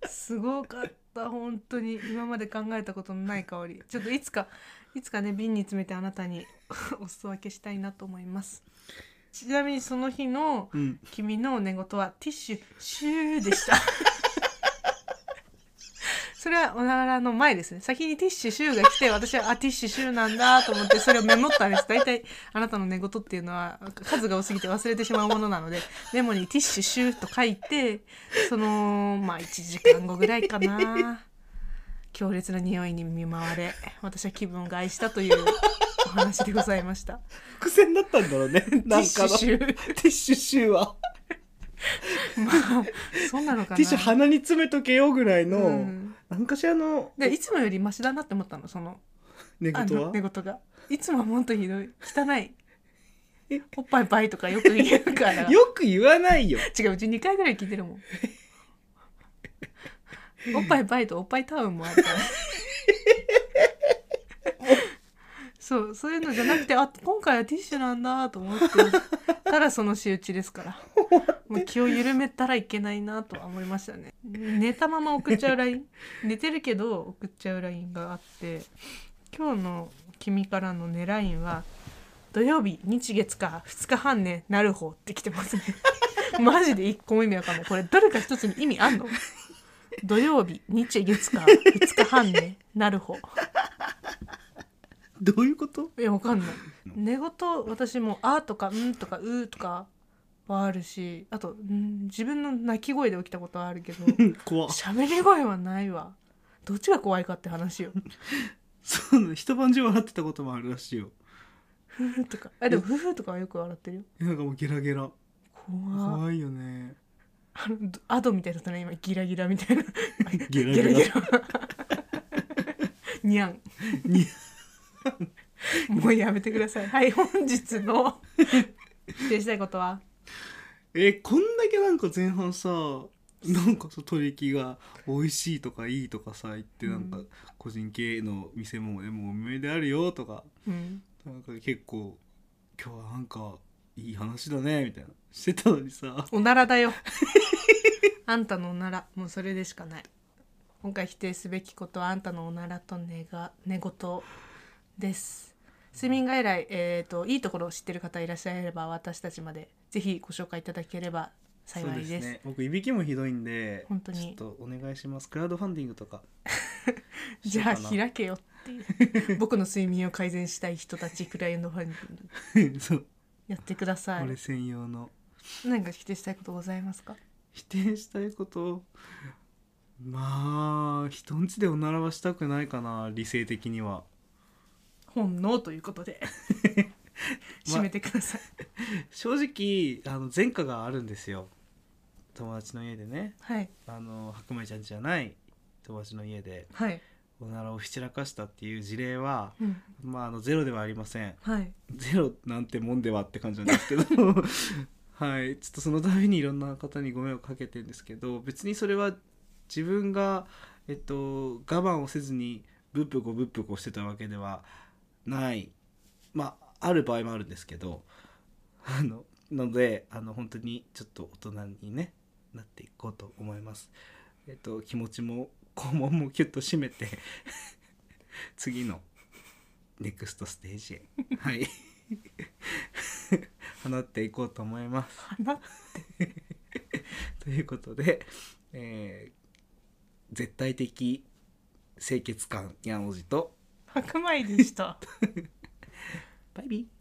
Speaker 3: すごかった本当に今まで考えたことのない香りちょっといつかいつかね瓶に詰めてあなたに お裾分けしたいなと思いますちなみにその日の
Speaker 4: うん
Speaker 3: 君の寝言はティッシュシューでした それはおならの前ですね先にティッシュシューが来て私はあティッシュシューなんだと思ってそれをメモったんです大体あなたの寝言っていうのは数が多すぎて忘れてしまうものなのでメモにティッシュシューと書いてそのまあ1時間後ぐらいかな強烈な匂いに見舞われ私は気分を害したというお話でございました
Speaker 4: 伏線だったんだろう ね
Speaker 3: ティ
Speaker 4: な
Speaker 3: ッ
Speaker 4: ん
Speaker 3: シ
Speaker 4: か
Speaker 3: ュ
Speaker 4: の
Speaker 3: シュー
Speaker 4: ティッシュシューは
Speaker 3: まあそうなのかな
Speaker 4: ティッシュ鼻に詰めとけよぐらいうの、
Speaker 3: ん
Speaker 4: なんかしらの
Speaker 3: でいつもよりマシだなって思ったのその
Speaker 4: 寝言
Speaker 3: あの
Speaker 4: は
Speaker 3: 寝言がいつもはもっとひどい汚いおっぱいばいとかよく言うから違
Speaker 4: よく言わないよ
Speaker 3: ううち2回ぐらい聞いてるもんおっぱいばいとおっぱいタウンもあったそうそういうのじゃなくてあ今回はティッシュなんだと思ってたらその仕打ちですからもう気を緩めたらいけないなとは思いましたね寝たまま送っちゃう LINE 寝てるけど送っちゃう LINE があって今日の君からのね LINE は「土曜日日月か2日半ねなる方」って来てますね マジで一個も意味わかんないこれどれか一つに意味あんの 土曜日日月か2日半 ねなる方
Speaker 4: どういうこと
Speaker 3: いやわかんない寝言私も「あ」とか「ん」とか「う」とかはあるしあと、ん、自分の泣き声で起きたことはある けど
Speaker 4: 怖
Speaker 3: 喋り声はないわどっちが怖いかって話よ
Speaker 4: そうなの一晩中笑ってたこともあるらしいよ
Speaker 3: ふふとかあでもふふとかはよく笑ってるよ
Speaker 4: なんかもうゲラゲラ
Speaker 3: 怖っ
Speaker 4: 怖いよね
Speaker 3: あのどアドみたいだったね今ギラギラみたいな
Speaker 4: ゲラ
Speaker 3: ギラギ ラにゃん
Speaker 4: に
Speaker 3: もうやめてくださいはい本日の指定したいことは
Speaker 4: えこんだけなんか前半さなんかさ取引が美味しいとかいいとかさ言ってなんか
Speaker 3: う
Speaker 4: 個人経営の店もでもおめであるよとか
Speaker 3: うん
Speaker 4: なんか結構今日はなんかいい話だねみたいなしてたのにさ
Speaker 3: おならだよあんたのおならもうそれでしかない今回否定すべきことはあんたのおならと寝が寝言です睡眠外来、えー、といいところを知ってる方いらっしゃれば私たちまでぜひご紹介いただければ幸いです
Speaker 4: ね僕いびきもひどいんで
Speaker 3: 本当に
Speaker 4: ちょっとお願いしますクラウドファンディングと か
Speaker 3: じゃあ
Speaker 4: しよ
Speaker 3: 開けよっていう僕の睡眠を改善したい人たちクライアントファンディン
Speaker 4: うか
Speaker 3: グ
Speaker 4: な そう
Speaker 3: やってくださ
Speaker 4: 俺
Speaker 3: い
Speaker 4: 専用の
Speaker 3: 何か否定したいことございますか
Speaker 4: 否定したいことまあ人んちでおならはしたくないかな理性的には
Speaker 3: 本能ということ で
Speaker 4: ま
Speaker 3: 締めてください、
Speaker 4: 正直あの前科があるんですよ友達の家でね
Speaker 3: はい
Speaker 4: あの白米ちゃんじゃない友達の家で
Speaker 3: はい、
Speaker 4: おならをひちらかしたっていう事例は
Speaker 3: うん、
Speaker 4: まああのゼロではありません
Speaker 3: はい
Speaker 4: ゼロなんてもんではって感じなんですけど はいちょっとそのためにいろんな方にご迷惑かけてるんですけど別にそれは自分が、えっと、我慢をせずにブップコブップコしてたわけではないまあある場合もあるんですけどあのなのであの本当にちょっと大人に、ね、なっていこうと思います。えっと、気持ちも肛門もキュッと締めて 次のネクストステージへはい放っていこうと思います。
Speaker 3: 放っ
Speaker 4: ということで、えー絶対的清潔感やんおじと
Speaker 3: 白米でした。
Speaker 4: バイビー